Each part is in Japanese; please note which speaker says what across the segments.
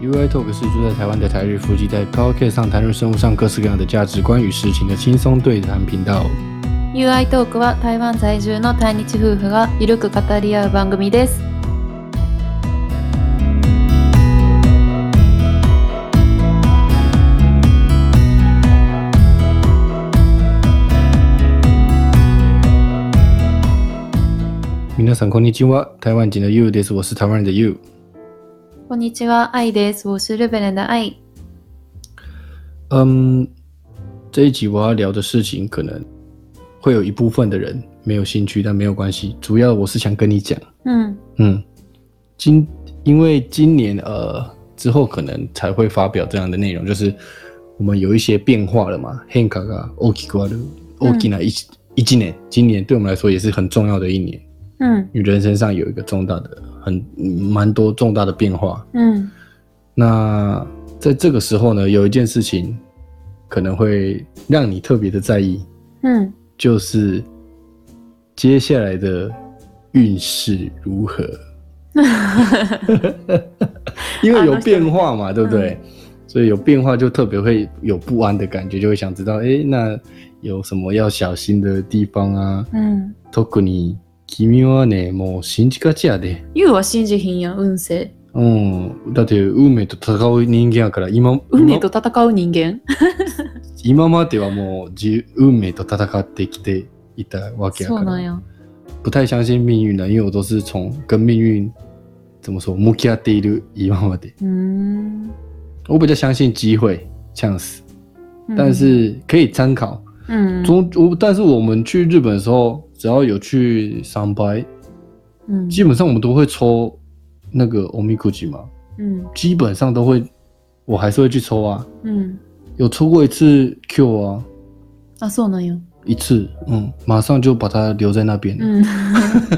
Speaker 1: Takeaway Talk 是住在台湾的台日夫妻在 Podcast 上谈论生活上各式各样的价值观与事情的轻松对谈频道。
Speaker 2: UI トークは台湾在住の対日夫婦がゆるく語り合う番組です。
Speaker 1: 皆さんこんにちは，台湾人的 You です。我是台湾人的 You。
Speaker 2: こんにちは、愛です。我是日本人的愛。
Speaker 1: 嗯，这一集我要聊的事情可能会有一部分的人没有兴趣，但没有关系。主要我是想跟你讲，
Speaker 2: 嗯
Speaker 1: 嗯，今因为今年呃之后可能才会发表这样的内容，就是我们有一些变化了嘛。変化が大きくある大きな一一年，今年对我们来说也是很重要的一年。
Speaker 2: 嗯
Speaker 1: 因为人身上有一个重大的、很蛮多重大的变化。
Speaker 2: 嗯
Speaker 1: 那在这个时候呢，有一件事情可能会让你特别的在意，
Speaker 2: 嗯
Speaker 1: 就是接下来的运势如 何，因为有变化嘛，对不对？所以有变化就特别会有不安的感觉，就会想知道，哎、那有什么要小心的地方啊？
Speaker 2: うん。
Speaker 1: 特に君はね、もう信じがちやで。
Speaker 2: You は信じひんやん、運勢。
Speaker 1: うん、だって運命と戦う人間やから今
Speaker 2: 運命と戦う人間。
Speaker 1: 今今まではもう自運命と戦ってきていたわけや
Speaker 2: そ
Speaker 1: か
Speaker 2: う
Speaker 1: ら
Speaker 2: なんや。
Speaker 1: 不太相信命运的，因为我都是从跟命运怎么说向き合っている今まで。
Speaker 2: うーん。
Speaker 1: 我比较相信机会 chance，
Speaker 2: うん
Speaker 1: 但、是可以参考。
Speaker 2: うん。
Speaker 1: 中我但是我们去日本的时候，只要有去上班，
Speaker 2: うん。
Speaker 1: 基本上我们都会抽那个欧米 i 吉嘛，
Speaker 2: うん。
Speaker 1: 基本上都会，我还是会去抽啊。
Speaker 2: うん。
Speaker 1: 有抽过一次 Q 啊，
Speaker 2: あ、そうなんや。
Speaker 1: 一次，嗯，马上就把它留在那边了。
Speaker 2: うん。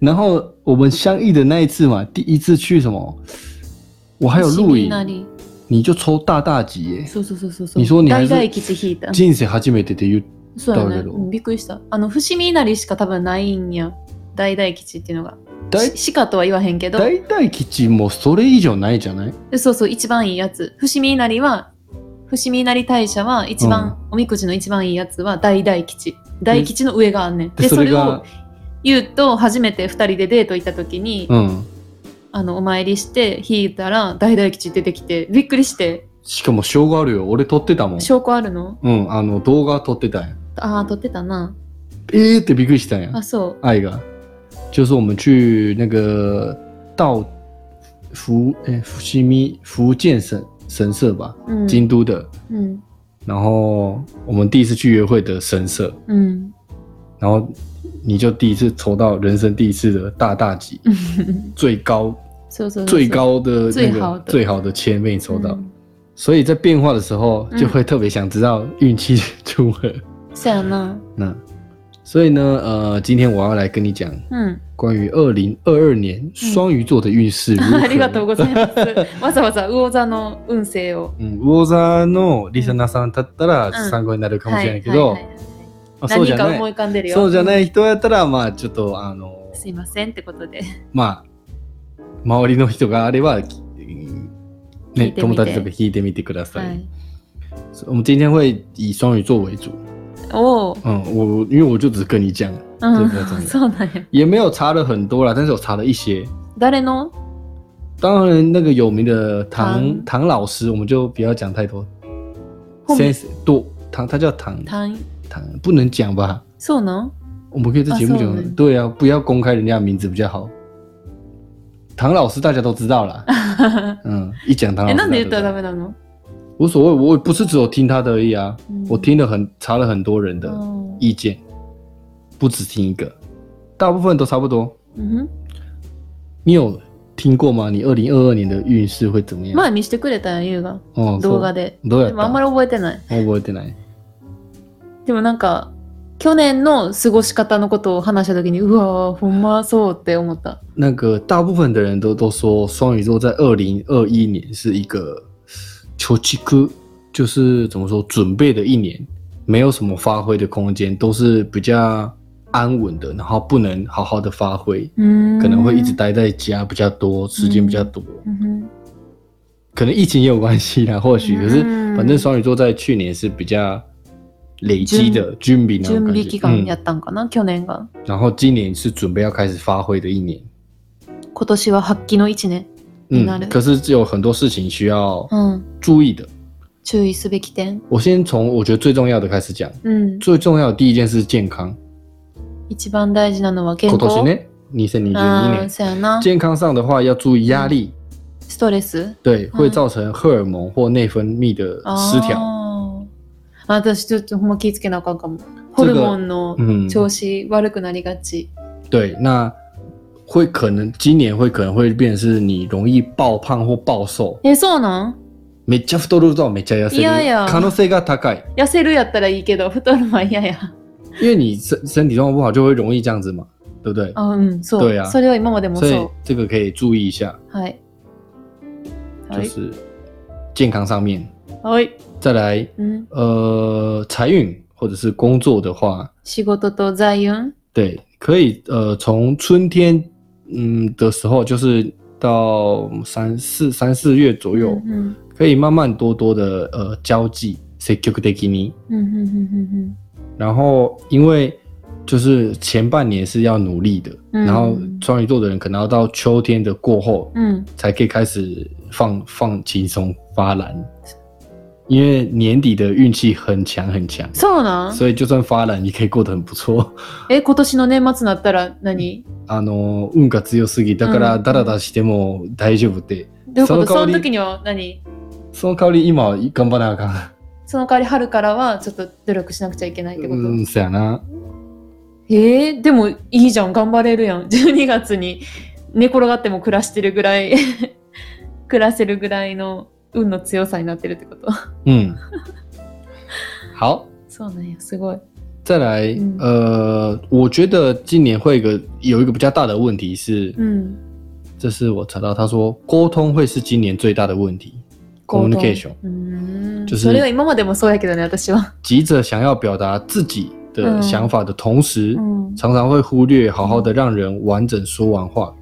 Speaker 1: 然后我们相遇的那一次嘛，第一次去什么，我还有录影，
Speaker 2: 星になり
Speaker 1: 你就抽大大吉耶。
Speaker 2: そうそうそうそうそう。
Speaker 1: 你说你还
Speaker 2: 大
Speaker 1: 是
Speaker 2: 大吉引いた。
Speaker 1: 人生初めてで言う。
Speaker 2: そうやね。
Speaker 1: どうやろう
Speaker 2: うんびっくりした。あの、伏見稲荷しか多分ないんや。大大吉っていうのが。
Speaker 1: 大
Speaker 2: ししかとは言わへんけど、
Speaker 1: 大大吉もそれ以上ないじゃない？
Speaker 2: そうそう、一番いいやつ。伏見稲荷は、伏見稲荷大社は、一番、おみくじの一番いいやつは大大吉。大吉の上があんねん。で、それを、言うと、初めて二人でデート行った時に、
Speaker 1: うん。
Speaker 2: あの、お参りして、引いたら、大大吉出てきて、びっくりして、
Speaker 1: しかも証拠あるよ。俺撮ってたもん。
Speaker 2: 証拠あるの
Speaker 1: うん、あの動画撮ってたんや。
Speaker 2: ああ、撮ってたな。
Speaker 1: えーってびっくりしたんや
Speaker 2: あ、。そう。
Speaker 1: 爱个，就是我们去那个道福诶福西咪福建神神社吧，
Speaker 2: うん。
Speaker 1: 京都的。
Speaker 2: うん。
Speaker 1: 然后我们第一次去约会的神社，
Speaker 2: うん。
Speaker 1: 然后你就第一次抽到人生第一次的大大吉，最高
Speaker 2: そうそうそうそう。
Speaker 1: 最高的那
Speaker 2: 最好
Speaker 1: 个
Speaker 2: 的
Speaker 1: 最好的签被你抽到
Speaker 2: うん。。
Speaker 1: 所以在变化的时候，
Speaker 2: 嗯
Speaker 1: 就会特别想知道运气如何。
Speaker 2: そやな。
Speaker 1: 那所以呢，呃，今天我要来跟你讲
Speaker 2: うん。
Speaker 1: 关于二零二二年双鱼座的运势如何。
Speaker 2: ありがとうございます。わざわざ魚座の運勢を。
Speaker 1: 嗯，魚座のリサナさんだったら
Speaker 2: うん
Speaker 1: 参考になるかもしれないけ
Speaker 2: は
Speaker 1: ど
Speaker 2: い、はいはい
Speaker 1: あそうじゃ
Speaker 2: 何か
Speaker 1: ない
Speaker 2: 思い浮かんでるよ。
Speaker 1: そうじゃない人やったらまあちょっとあの
Speaker 2: すいませんってことで。
Speaker 1: まあ周りの人があれば、きうん
Speaker 2: 聞いてみ
Speaker 1: ね、
Speaker 2: て
Speaker 1: 友達とか聞いてみてくださ。
Speaker 2: はいい。
Speaker 1: 我们今天会以双鱼座为主。
Speaker 2: おお。
Speaker 1: 嗯，我因为我就只跟你讲，
Speaker 2: う。
Speaker 1: そうそうそうん
Speaker 2: そうなんや。
Speaker 1: 也没有查了很多啦，但是有查了一些。
Speaker 2: 誰の
Speaker 1: 当然，那个有名的唐
Speaker 2: 唐
Speaker 1: 唐老师，我们就不要讲太多。
Speaker 2: 本名
Speaker 1: sense 多唐，他叫唐
Speaker 2: 単位
Speaker 1: 唐，不能讲吧？
Speaker 2: そうなん
Speaker 1: 我们可以在节目
Speaker 2: 啊
Speaker 1: 讲
Speaker 2: 是我。们
Speaker 1: 对啊，不要公开人家的名字比较好。唐老师大家都知道 啦，嗯，一讲唐老
Speaker 2: え、
Speaker 1: 师
Speaker 2: なんで言
Speaker 1: 大
Speaker 2: ったら
Speaker 1: 家都知道，
Speaker 2: ダメなの
Speaker 1: 无所谓，我也不是只有听他的而已啊，
Speaker 2: うん
Speaker 1: 我听了很查了很多人
Speaker 2: う
Speaker 1: 的
Speaker 2: ん
Speaker 1: 意见，不只听一个，大部分都差不多。
Speaker 2: うん
Speaker 1: 你有听过吗？你二零二二年的运势会怎么样？
Speaker 2: 前見してくれたんや、ゆうが。
Speaker 1: 哦
Speaker 2: 動画で。
Speaker 1: どうや
Speaker 2: で
Speaker 1: っ
Speaker 2: もあ
Speaker 1: た
Speaker 2: んまり覚えてない。
Speaker 1: 覚えてない。
Speaker 2: でもなんか、去年の過ごし方のことを話したときに、うわー、ほんまそうって思った。
Speaker 1: 那个大部分的人都都说双鱼座在二零二一年是一个求其科，就是怎么说准备的一年，没有什么发挥的空间，都是比较安稳的，然后不能好好的发挥，
Speaker 2: 可嗯
Speaker 1: 可能会一直待在家比较多，时间比较多。
Speaker 2: うん
Speaker 1: 可可能疫情也有关系啦，或许。可是
Speaker 2: 嗯
Speaker 1: 反正双鱼座在去年是比较累积的准备
Speaker 2: 準
Speaker 1: な感
Speaker 2: 備
Speaker 1: じ
Speaker 2: 期。間やったんかな、去年が。
Speaker 1: 嗯然后今年是准备要开始发挥的一年。
Speaker 2: 今年は発揮の1年。な
Speaker 1: 嗯，
Speaker 2: る
Speaker 1: 可是只有很多事情需要
Speaker 2: うん。
Speaker 1: 注意的。
Speaker 2: 注意すべき点。
Speaker 1: 我先从我觉得最重要的开始讲。
Speaker 2: うん。
Speaker 1: 最重要的第一件是健康。
Speaker 2: 一番大事なのは健
Speaker 1: 今
Speaker 2: 康。嗯
Speaker 1: 年呢，你是你觉得
Speaker 2: あ
Speaker 1: 你
Speaker 2: あ、
Speaker 1: 呢？
Speaker 2: そうやな。
Speaker 1: 健康上的话要注意压
Speaker 2: 嗯
Speaker 1: 力，
Speaker 2: ストレス
Speaker 1: 对，会
Speaker 2: 嗯
Speaker 1: 造成荷尔蒙或内分泌的失
Speaker 2: 哦
Speaker 1: 调。
Speaker 2: あー私ちょっとほんま気ぃつけなあかんかも。ホルモンの
Speaker 1: 嗯，
Speaker 2: 調子悪くなりがち。
Speaker 1: 对，那会可能今年会可能会变成是你容易爆胖或暴瘦。
Speaker 2: え、そうなん
Speaker 1: めっちゃ太るとめっちゃ痩せ
Speaker 2: いやい
Speaker 1: る
Speaker 2: や
Speaker 1: 可能性が高い，
Speaker 2: 痩せるやったらいいけど、太るのは嫌や。
Speaker 1: 因为你身身体状况不好就会容易这样子嘛，对不对？
Speaker 2: あうん、そう。
Speaker 1: そうや
Speaker 2: それは今までも
Speaker 1: 所以
Speaker 2: そ
Speaker 1: 这个可以注意一下，
Speaker 2: う。はい。は
Speaker 1: 就
Speaker 2: い。
Speaker 1: 是健康上面。
Speaker 2: はい。
Speaker 1: 再来，
Speaker 2: うん。
Speaker 1: 呃，财运或者是工作的话，
Speaker 2: 仕事と財運
Speaker 1: 对，可以呃，从春天嗯的时候，就是到三四三四月左右，
Speaker 2: うんうん
Speaker 1: 可以慢慢多多的呃交际，積極的に。
Speaker 2: うんうんうん
Speaker 1: 然后因为就是前半年是要努力的，
Speaker 2: 嗯
Speaker 1: 然后双鱼座的人可能要到秋天的过后
Speaker 2: うんうんうん
Speaker 1: 才可以开始放 放轻松发懒，因为年底的运气很强很强，
Speaker 2: そうなん
Speaker 1: 所以就算发懒也可以过得很不错。
Speaker 2: え、今年の年末になったら何
Speaker 1: あの運が強すぎだから
Speaker 2: うん
Speaker 1: ダラダラしても大丈夫って、
Speaker 2: どういうこと
Speaker 1: その代わ
Speaker 2: そ
Speaker 1: り
Speaker 2: の時には何
Speaker 1: その代わり今は頑張らなあかん
Speaker 2: その代わり春からはちょっと努力しなくちゃいけないってこ
Speaker 1: う
Speaker 2: と
Speaker 1: んそやな
Speaker 2: えー、でもいいじゃん頑張れるやん12月 に寝転がっても暮らしてるぐらい 暮らせるぐらいの運の強さになってるってこと
Speaker 1: うん好
Speaker 2: そうなんやすごい
Speaker 1: 再来、
Speaker 2: 嗯
Speaker 1: 呃，我觉得今年会有一个有一个比较大的问题是，
Speaker 2: うん
Speaker 1: 这是我查到他说沟通会是今年最大的问题，communication，
Speaker 2: うーん
Speaker 1: 就是
Speaker 2: それは今までもそうやけどね私は、
Speaker 1: 急着想要表达自己的
Speaker 2: 嗯
Speaker 1: 想法的同时，
Speaker 2: うん、
Speaker 1: 常常会忽略好好的让人完整说完话，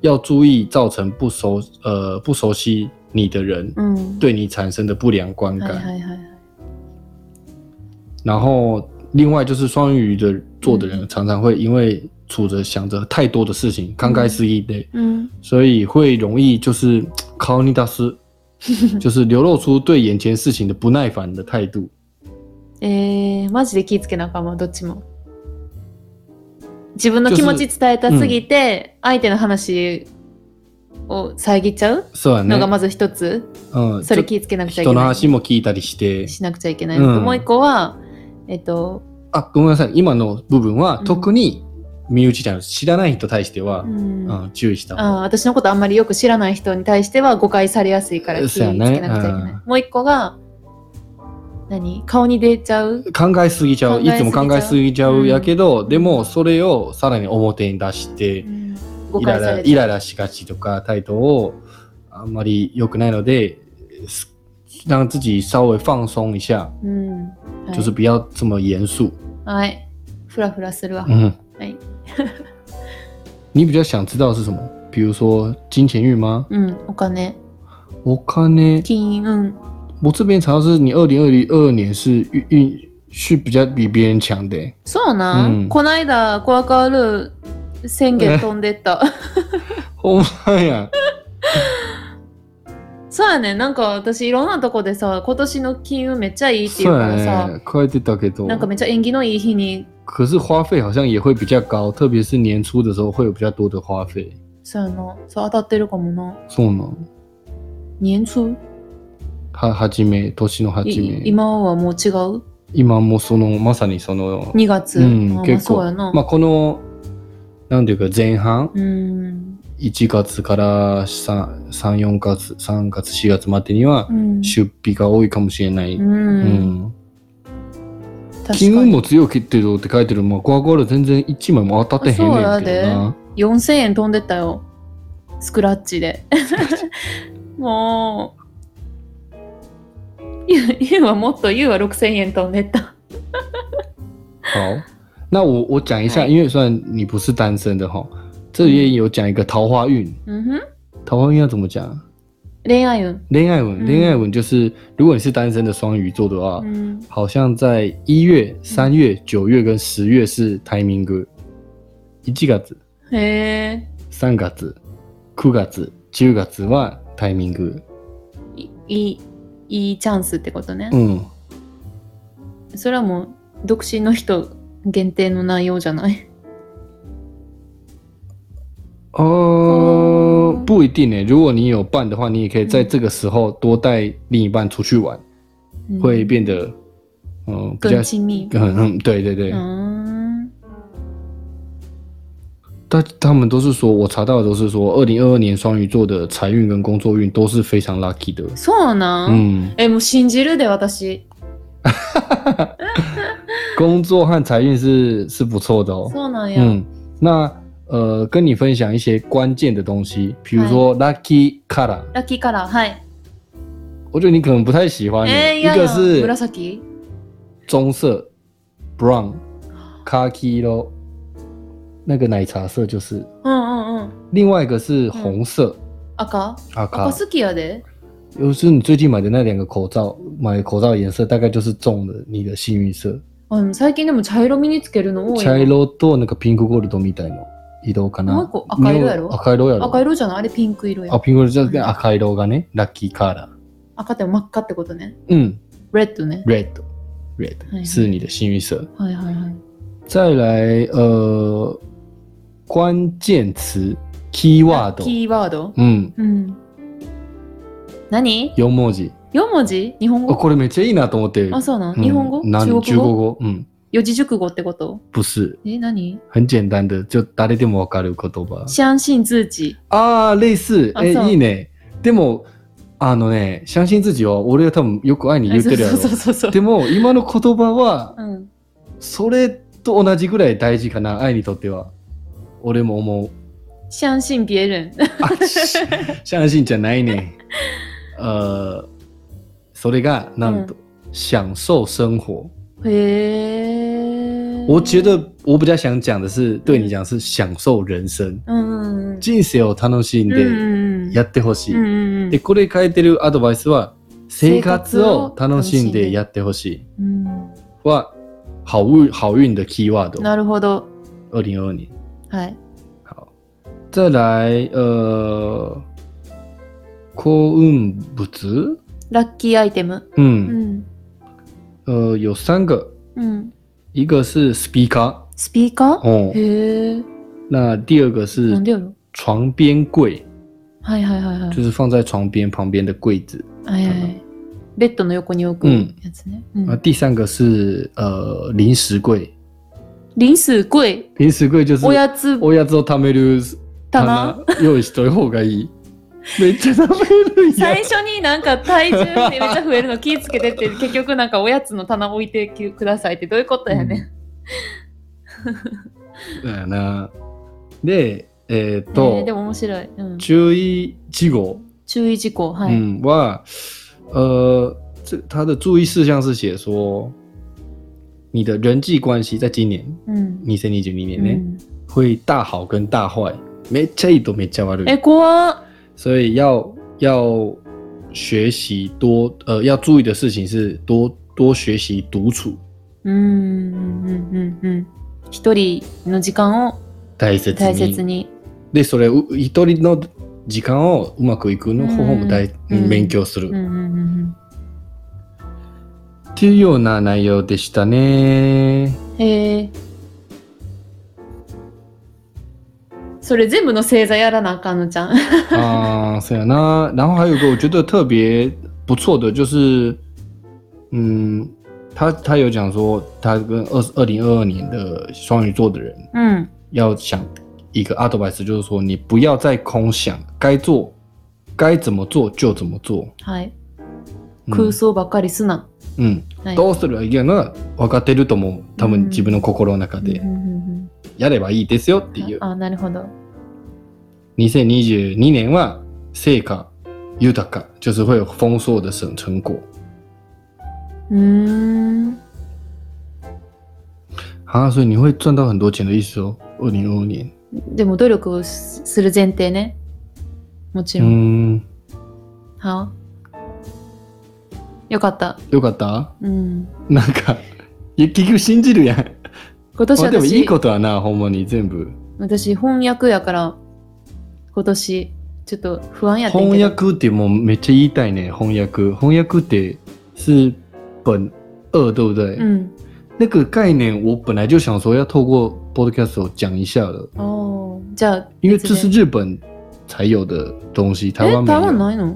Speaker 1: 要注意造成不熟呃不熟悉你的人
Speaker 2: うん
Speaker 1: 对你产生的不良观
Speaker 2: はい
Speaker 1: 感。
Speaker 2: はいはいはい
Speaker 1: 然后另外就是双鱼的座的人
Speaker 2: 嗯
Speaker 1: 常常会因为处着想着太多的事情，慷慨失意的，
Speaker 2: うん
Speaker 1: 所以会容易就是考尼达 斯，就是流露出对眼前事情的不耐烦的态度。
Speaker 2: えー、マジで気ぃつけなあかんわどっちも自分の気持ち伝えたすぎて、相手の話を遮っちゃう
Speaker 1: 是啊，
Speaker 2: の
Speaker 1: 那
Speaker 2: がまず一つ、
Speaker 1: 嗯，
Speaker 2: そ
Speaker 1: 这
Speaker 2: れ気ぃつけなくちゃい
Speaker 1: 人の
Speaker 2: けない。
Speaker 1: 話も聞いたりして。
Speaker 2: しなくちゃいけない。
Speaker 1: うん
Speaker 2: もう一個は、えっと、
Speaker 1: あ、ごめんなさい。今の部分は、
Speaker 2: うん
Speaker 1: 特に身内じゃない知らない人に対しては
Speaker 2: う、ん
Speaker 1: うん注意した方が
Speaker 2: あ私のことあんまりよく知らない人に対しては誤解されやすいから気をつけなくちゃいけ
Speaker 1: そう
Speaker 2: な
Speaker 1: や
Speaker 2: い
Speaker 1: ね。
Speaker 2: もう一個が、何顔に出ちゃう。
Speaker 1: 考えすぎちゃう。
Speaker 2: 考
Speaker 1: い
Speaker 2: えすぎちゃう
Speaker 1: つも考えすぎちゃうやけど、
Speaker 2: ん
Speaker 1: でもそれをさらに表に出して、
Speaker 2: 誤
Speaker 1: イラ
Speaker 2: 解さ
Speaker 1: ラ
Speaker 2: れち
Speaker 1: イ
Speaker 2: ゃう。
Speaker 1: ライラしがちとか態度をあんまり良くないので、す让自己稍微放松一下，
Speaker 2: うんはい
Speaker 1: 就是不要这么严肃。
Speaker 2: はい。ふらふらするわ。
Speaker 1: 嗯，
Speaker 2: はい。
Speaker 1: 你比较想知道的是什么？比如说金钱运吗？
Speaker 2: うん、お金。
Speaker 1: 我看呢，
Speaker 2: 金運。
Speaker 1: 我这边查到是你二零二零二年是运运是比较比别人强的欸、
Speaker 2: そうな
Speaker 1: うん
Speaker 2: ん。こないだ、怖がる宣言飛んでった。
Speaker 1: ほんまや。
Speaker 2: そうやね。なんか私、いろんなとこでさ、今年の金運めっちゃいいっていう
Speaker 1: そう
Speaker 2: からさ
Speaker 1: や、ね。書いてたけど
Speaker 2: な、んかめっちゃ縁起のいい日に、
Speaker 1: 可是花费好像也会比较高，特别是年初的时候会有比较多的花费。
Speaker 2: そうやな、そう当たってるかもな。
Speaker 1: そうなの。
Speaker 2: 年初
Speaker 1: は初め年の初
Speaker 2: い
Speaker 1: め。
Speaker 2: 今はもう違う
Speaker 1: 今もそのまさにその、
Speaker 2: ?2 月。
Speaker 1: うん
Speaker 2: あまあ
Speaker 1: 結構
Speaker 2: そうやな。
Speaker 1: まあこのなんていうか前半
Speaker 2: うーん。
Speaker 1: 1月から3 34月3月4月までには
Speaker 2: うん。
Speaker 1: 出費が多いかもしれない。
Speaker 2: う。
Speaker 1: うんん
Speaker 2: 確かに
Speaker 1: 金運も強く切ってるって書いてるまあコアコアラ全然1枚も当たってへんねんけどな。
Speaker 2: 4000円飛んでったよ。スクラッチで。もう。ゆうゆうはもっと、ゆうは6000円飛んでった。
Speaker 1: 好，那我我讲一下，
Speaker 2: 哎
Speaker 1: 因为虽然你不是单身的哈，这里也有讲一个桃花运，
Speaker 2: うんふん
Speaker 1: 桃花运要怎么讲？
Speaker 2: 恋愛運。
Speaker 1: 恋爱文，
Speaker 2: 嗯
Speaker 1: 恋爱文就是如果你是单身的双鱼座的话，
Speaker 2: うん。
Speaker 1: 好像在一月、三月、九月跟十月是タイミング。1月、
Speaker 2: へえ。
Speaker 1: 3月、9月、10月はタイミング。
Speaker 2: いいい、いいチャンスってことね
Speaker 1: う。ん。
Speaker 2: それはもう、独身の人限定の内容じゃない。
Speaker 1: あー不一定呢。如果你有伴的话，你也可以在这个时候多带另一半出去玩，
Speaker 2: うん
Speaker 1: 会变得嗯比较
Speaker 2: 更亲密。
Speaker 1: 嗯嗯对对对。
Speaker 2: うん。
Speaker 1: 但他们都是说，我查到的都是说，二零二二年双鱼座的财运跟工作运都是非常 lucky 的。
Speaker 2: そうなん
Speaker 1: 嗯，
Speaker 2: え、もう信じるで、私。
Speaker 1: 工作和财运是是不错的哦。
Speaker 2: そうなんや。
Speaker 1: 嗯，那呃，跟你分享一些关键的东西，比如说 lucky color，
Speaker 2: ラッキーカラー、はい。
Speaker 1: 我觉得你可能不太喜欢，
Speaker 2: えー、
Speaker 1: 一
Speaker 2: 嫌
Speaker 1: 个
Speaker 2: や
Speaker 1: 是
Speaker 2: 紫
Speaker 1: 棕色 brown、khaki 咯，那个奶茶色就是，
Speaker 2: うんうんうん。
Speaker 1: 另外一个是红色
Speaker 2: 赤
Speaker 1: 啊
Speaker 2: 赤
Speaker 1: 卡，
Speaker 2: 好きやで。
Speaker 1: 就是你最近买的那两个口罩，买的口罩颜色大概就是中了你的幸运色，
Speaker 2: あでも最近でも茶色身につけるの多い
Speaker 1: 茶
Speaker 2: な。
Speaker 1: 色となんかピンクゴールドみたいな色か
Speaker 2: もう
Speaker 1: な
Speaker 2: 一個。赤色やろ
Speaker 1: にょ赤色やろ。
Speaker 2: 赤色じゃないあれピンク色や
Speaker 1: あ、。ピンク色じゃなくて赤色がね、ラッキーカラー。
Speaker 2: 赤って真っ赤ってことね。
Speaker 1: 嗯
Speaker 2: レッドね。
Speaker 1: ，red red、
Speaker 2: 嗯
Speaker 1: 是你的幸运色。
Speaker 2: はいはいはい。
Speaker 1: 再来，呃，关键词 keyword，
Speaker 2: キーワード
Speaker 1: 嗯，
Speaker 2: うん。何
Speaker 1: 四文字。
Speaker 2: ?4 文字日本
Speaker 1: 哦，
Speaker 2: 語
Speaker 1: これめっちゃいいなと思って。
Speaker 2: あ、そうなん
Speaker 1: 嗯
Speaker 2: 日本語
Speaker 1: な
Speaker 2: 中
Speaker 1: 中
Speaker 2: 国
Speaker 1: 国
Speaker 2: 語
Speaker 1: 語。嗯，
Speaker 2: 四字熟語ってこと
Speaker 1: 不是，
Speaker 2: え、何
Speaker 1: 很简单的，就誰でもわかる言葉。
Speaker 2: 相信自己。
Speaker 1: あー、类似。
Speaker 2: あ
Speaker 1: え、
Speaker 2: そう
Speaker 1: いいね。でも、あのね、相信自己を俺は多分よく愛に言ってるやろ
Speaker 2: そう。そうそうそ
Speaker 1: で
Speaker 2: う。
Speaker 1: も、今の言葉は、
Speaker 2: うん。
Speaker 1: それと同じぐらい大事かな、愛にとっては。俺も思う。
Speaker 2: 相信别人。
Speaker 1: あし相信じゃないね。呃、それが、なんと、享受生活。
Speaker 2: へえ。
Speaker 1: 我觉得、我比较想讲的是、对你讲是享受人生。
Speaker 2: うんうんうん。
Speaker 1: 人生を楽しん
Speaker 2: うん
Speaker 1: で
Speaker 2: うんうん
Speaker 1: やってほしい
Speaker 2: うん。うんうん
Speaker 1: で、これ書いてるアドバイスは、生活を楽しんでやってほしい。
Speaker 2: うん
Speaker 1: は、好運、好運的 keyword。
Speaker 2: なるほど。
Speaker 1: 2022年。
Speaker 2: はい。
Speaker 1: 好，再来，呃，幸运物，
Speaker 2: ラッキーアイテム。う
Speaker 1: 嗯，
Speaker 2: ん。
Speaker 1: 呃，有三个，
Speaker 2: うん。
Speaker 1: 一个是 speaker，
Speaker 2: スピーカー
Speaker 1: 哦，
Speaker 2: へえ。
Speaker 1: 那第二个
Speaker 2: な
Speaker 1: 是
Speaker 2: んでやろ
Speaker 1: 床边柜，
Speaker 2: はいはいはいはい。
Speaker 1: 就是放在床边旁边的柜子。
Speaker 2: はいはいはい。ベッドの横に置く
Speaker 1: うん
Speaker 2: やつね。うん
Speaker 1: 那第三个是呃零食柜，
Speaker 2: 臨数声、
Speaker 1: 零食柜就是
Speaker 2: おやつ
Speaker 1: おやつを貯める
Speaker 2: 棚。
Speaker 1: 棚用意しといた方がいい。めっちゃ貯めるん や
Speaker 2: 最。初になんか体重めっちゃ増えるの気ぃつけてって結局なんかおやつの棚置いてくださいってどういうことやねん。
Speaker 1: だよな。で、えっ、
Speaker 2: えー
Speaker 1: と
Speaker 2: で、も面白い。うん
Speaker 1: 注意事項。
Speaker 2: 注意事項。はい。
Speaker 1: 嗯，哇，呃，这他的注意事项是写说，你的人际关系在今年，
Speaker 2: うん
Speaker 1: 你在你今年
Speaker 2: う
Speaker 1: 呢、
Speaker 2: ん
Speaker 1: 会大好跟大坏，没这一都没教完
Speaker 2: え、怖っ
Speaker 1: 所以要要学习多，呃，要注意的事情是多多学习独处，
Speaker 2: うんうんうんうんうん。一人の時間を
Speaker 1: 大切に。
Speaker 2: 大切に。
Speaker 1: で、それう一人の時間をうまくいくの方法も大、
Speaker 2: うん
Speaker 1: 勉強する、
Speaker 2: うんうんうんうん
Speaker 1: っていうような内容でしたね。
Speaker 2: へえ。それ全部の星座やらなあかんのちゃん。
Speaker 1: 啊，是啊，那 然后还有一个我觉得特别不错的就是，嗯，他他有讲说，他跟二二零二二年的双鱼座的人
Speaker 2: うん。
Speaker 1: 要想一个 advice，就是说你不要再空想，该做该怎么做就怎么做。
Speaker 2: はい。
Speaker 1: 嗯
Speaker 2: 空想ばっかりすな。
Speaker 1: 嗯，
Speaker 2: はい
Speaker 1: どうするいやな分かってると思う。多分自分の心の中で
Speaker 2: うんうん
Speaker 1: やればいいですよって
Speaker 2: うん
Speaker 1: いう
Speaker 2: うん。。あ、なるほど。
Speaker 1: 2022年は成果豊か，就是会有丰硕的成成果。
Speaker 2: うーん。
Speaker 1: 啊，所以你会赚到很多钱的意思哦。二零二五年，
Speaker 2: でも努力をすする前提ね。もちろん。
Speaker 1: 嗯，
Speaker 2: はよかった。
Speaker 1: よか った
Speaker 2: うん。
Speaker 1: なんか、結局信じるやん。
Speaker 2: 今年
Speaker 1: まあでも
Speaker 2: 私、
Speaker 1: いいことはな、ほんまに全部。
Speaker 2: 私翻訳やから、今年、ちょっと不安やってんけ
Speaker 1: 翻
Speaker 2: ど。
Speaker 1: 訳ってもうめっちゃ言いたいね、翻訳。翻訳って是本二，对不对？
Speaker 2: うん。
Speaker 1: 那个概念我本来就想说要透过 podcast 哦讲一下的，
Speaker 2: おーじゃあ、
Speaker 1: 因为
Speaker 2: 別
Speaker 1: 这是
Speaker 2: で
Speaker 1: 日本才有的东西，台
Speaker 2: え、
Speaker 1: 湾没
Speaker 2: 台湾
Speaker 1: 有。
Speaker 2: ないの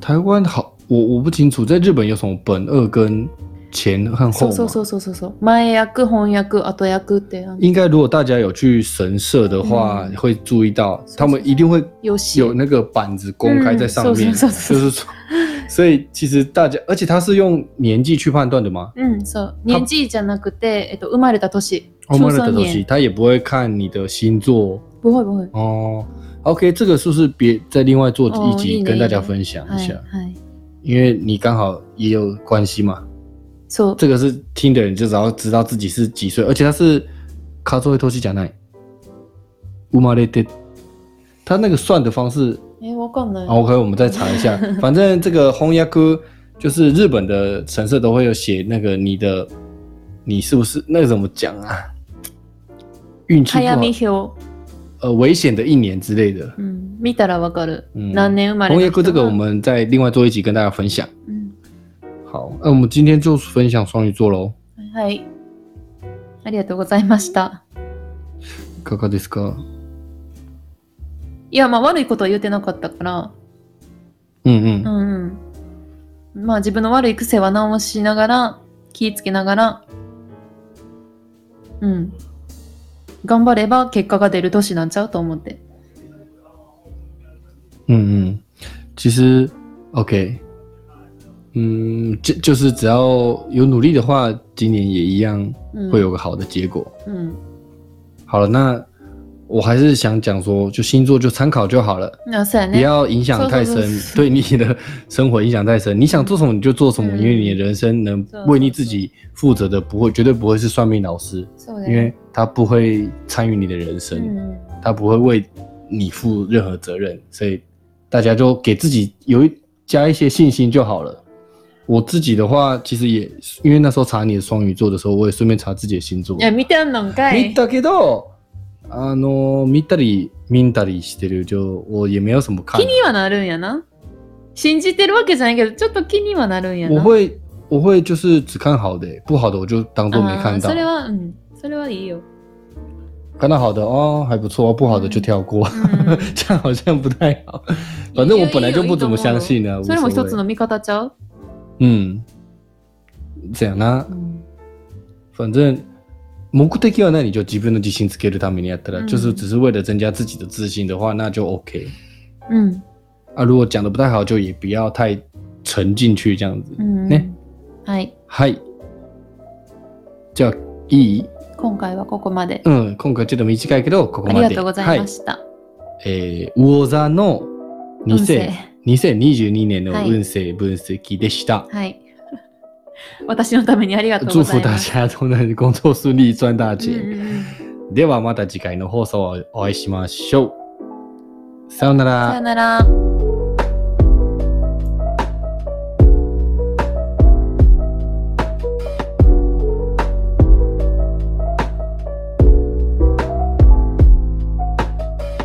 Speaker 1: 台湾好，我我不清楚，在日本有什么本二跟前和后
Speaker 2: そう
Speaker 1: 吗？
Speaker 2: そうそうそうそうそう。前役、翻訳、後役って、あの
Speaker 1: 应该如果大家有去神社的话，
Speaker 2: 嗯
Speaker 1: 会注意到
Speaker 2: 是
Speaker 1: 他们一定会
Speaker 2: よし。
Speaker 1: 有那个板子公开在上面，
Speaker 2: 嗯是是是
Speaker 1: 就是说，所以其实大家，而且他是用年纪去判断的嘛，
Speaker 2: うん、そう。年次じゃなくて、えっと、生まれた年。
Speaker 1: 我
Speaker 2: 出
Speaker 1: 们的
Speaker 2: 生
Speaker 1: 东西，
Speaker 2: 年。
Speaker 1: 他也不会看你的星座
Speaker 2: 不会不会。
Speaker 1: 哦。OK，这个是不是别再另外做一
Speaker 2: 哦一
Speaker 1: 集
Speaker 2: 年
Speaker 1: 跟大家分享
Speaker 2: は
Speaker 1: 一
Speaker 2: い。
Speaker 1: 下？
Speaker 2: はい。
Speaker 1: 因为你刚好也有关系嘛。
Speaker 2: そう。
Speaker 1: 这个是听的人就只要知道自己是几岁，而且他是卡座会偷袭讲奈乌马雷的，他那个算的方式
Speaker 2: え、わかんない。
Speaker 1: OK，我们再查一下。反正这个 h o n y a k 就是日本的神社都会有写那个你的，你是不是那个怎么讲啊？运气不
Speaker 2: 早
Speaker 1: 好，
Speaker 2: 見表。
Speaker 1: 呃，危险的一年之类的。
Speaker 2: うん。見たらわかる。
Speaker 1: 嗯
Speaker 2: 何年生ま
Speaker 1: h
Speaker 2: れ
Speaker 1: o n
Speaker 2: の
Speaker 1: y a
Speaker 2: 人
Speaker 1: k 这个
Speaker 2: が
Speaker 1: 我们再另外做一集跟大家分享。
Speaker 2: うん
Speaker 1: 好，那、我们今天就分享双鱼座喽。
Speaker 2: はい。ありがとうございました。
Speaker 1: いかがですか？
Speaker 2: いや、まあ悪いことは言ってなかったから、
Speaker 1: 嗯嗯，
Speaker 2: うん、うん。まあ自分の悪い癖は直しながら、気ぃつけながら、うん。頑張れば結果が出る年なんちゃうと思って。
Speaker 1: 嗯嗯，其实 OK，嗯，就就是只要有努力的话，今年也一样
Speaker 2: うん。
Speaker 1: 会有个好的结果。
Speaker 2: うん。
Speaker 1: 好了，那我还是想讲说，就星座就参考就好了，
Speaker 2: あ、そうや
Speaker 1: 不
Speaker 2: ね。
Speaker 1: 要影响太深
Speaker 2: 是是，是
Speaker 1: 对你的生活影响太深。你想做什么你就做什么，
Speaker 2: 嗯
Speaker 1: 因为你的人生能
Speaker 2: 是
Speaker 1: 为你自己负责的，不会绝对不会是算命老师，
Speaker 2: そうだ
Speaker 1: 因
Speaker 2: よ
Speaker 1: 为
Speaker 2: ね。
Speaker 1: 他不会参与你的人
Speaker 2: う
Speaker 1: 生，
Speaker 2: ん。
Speaker 1: 他不会为你负任何责任，所以大家就给自己有一加一些信心就好了。我自己的话，其实也因为那时候查你的双鱼座的时候，我也顺便查自己的星座。
Speaker 2: いや、見てあんのんかい。
Speaker 1: 見たけど、あの見たり見たりしてる就我也没有什么看
Speaker 2: 気。にはなるんやな。信じてるわけじゃないけど、ちょっと気にはなるんやな。
Speaker 1: 我会我会就是只看好的、不好的我就当做没看
Speaker 2: あー
Speaker 1: 到
Speaker 2: そ。れは、うん。それはいいよ。
Speaker 1: 看到好的哦还不错，不好的就跳过。
Speaker 2: うん
Speaker 1: 这样好像不太好。 反正我本来就不怎么相信呢、啊，
Speaker 2: それも
Speaker 1: 无所
Speaker 2: 一
Speaker 1: 谓
Speaker 2: つの見方ちゃう、
Speaker 1: 嗯，这样な。反正目的は何就自分の自信つけるためにやったら、
Speaker 2: 嗯
Speaker 1: 就是只是为了增加自己的自信的话，那就 OK。
Speaker 2: うん。
Speaker 1: 啊，如果讲的不太好，就也不要太沉进去这样子。
Speaker 2: うん。
Speaker 1: ね。
Speaker 2: はい。
Speaker 1: はい。じゃあ、いい
Speaker 2: 今回はここまで。
Speaker 1: うん、今回ちょっと短いけど、ここ
Speaker 2: あ
Speaker 1: ま
Speaker 2: り
Speaker 1: で。
Speaker 2: がとうございま
Speaker 1: は
Speaker 2: した。
Speaker 1: い。えー、魚座の
Speaker 2: 運勢
Speaker 1: 2000 2022年の
Speaker 2: はい
Speaker 1: 運勢分析でした。
Speaker 2: はい。 私のためにありがとうご
Speaker 1: 祝
Speaker 2: ざ
Speaker 1: 福
Speaker 2: い
Speaker 1: 大
Speaker 2: ます。
Speaker 1: 家都能工作顺利、赚大
Speaker 2: うん
Speaker 1: 钱。
Speaker 2: うんうん
Speaker 1: ではまた次回の放送をお会いしましょう。さような
Speaker 2: さ
Speaker 1: ら
Speaker 2: よ。なら。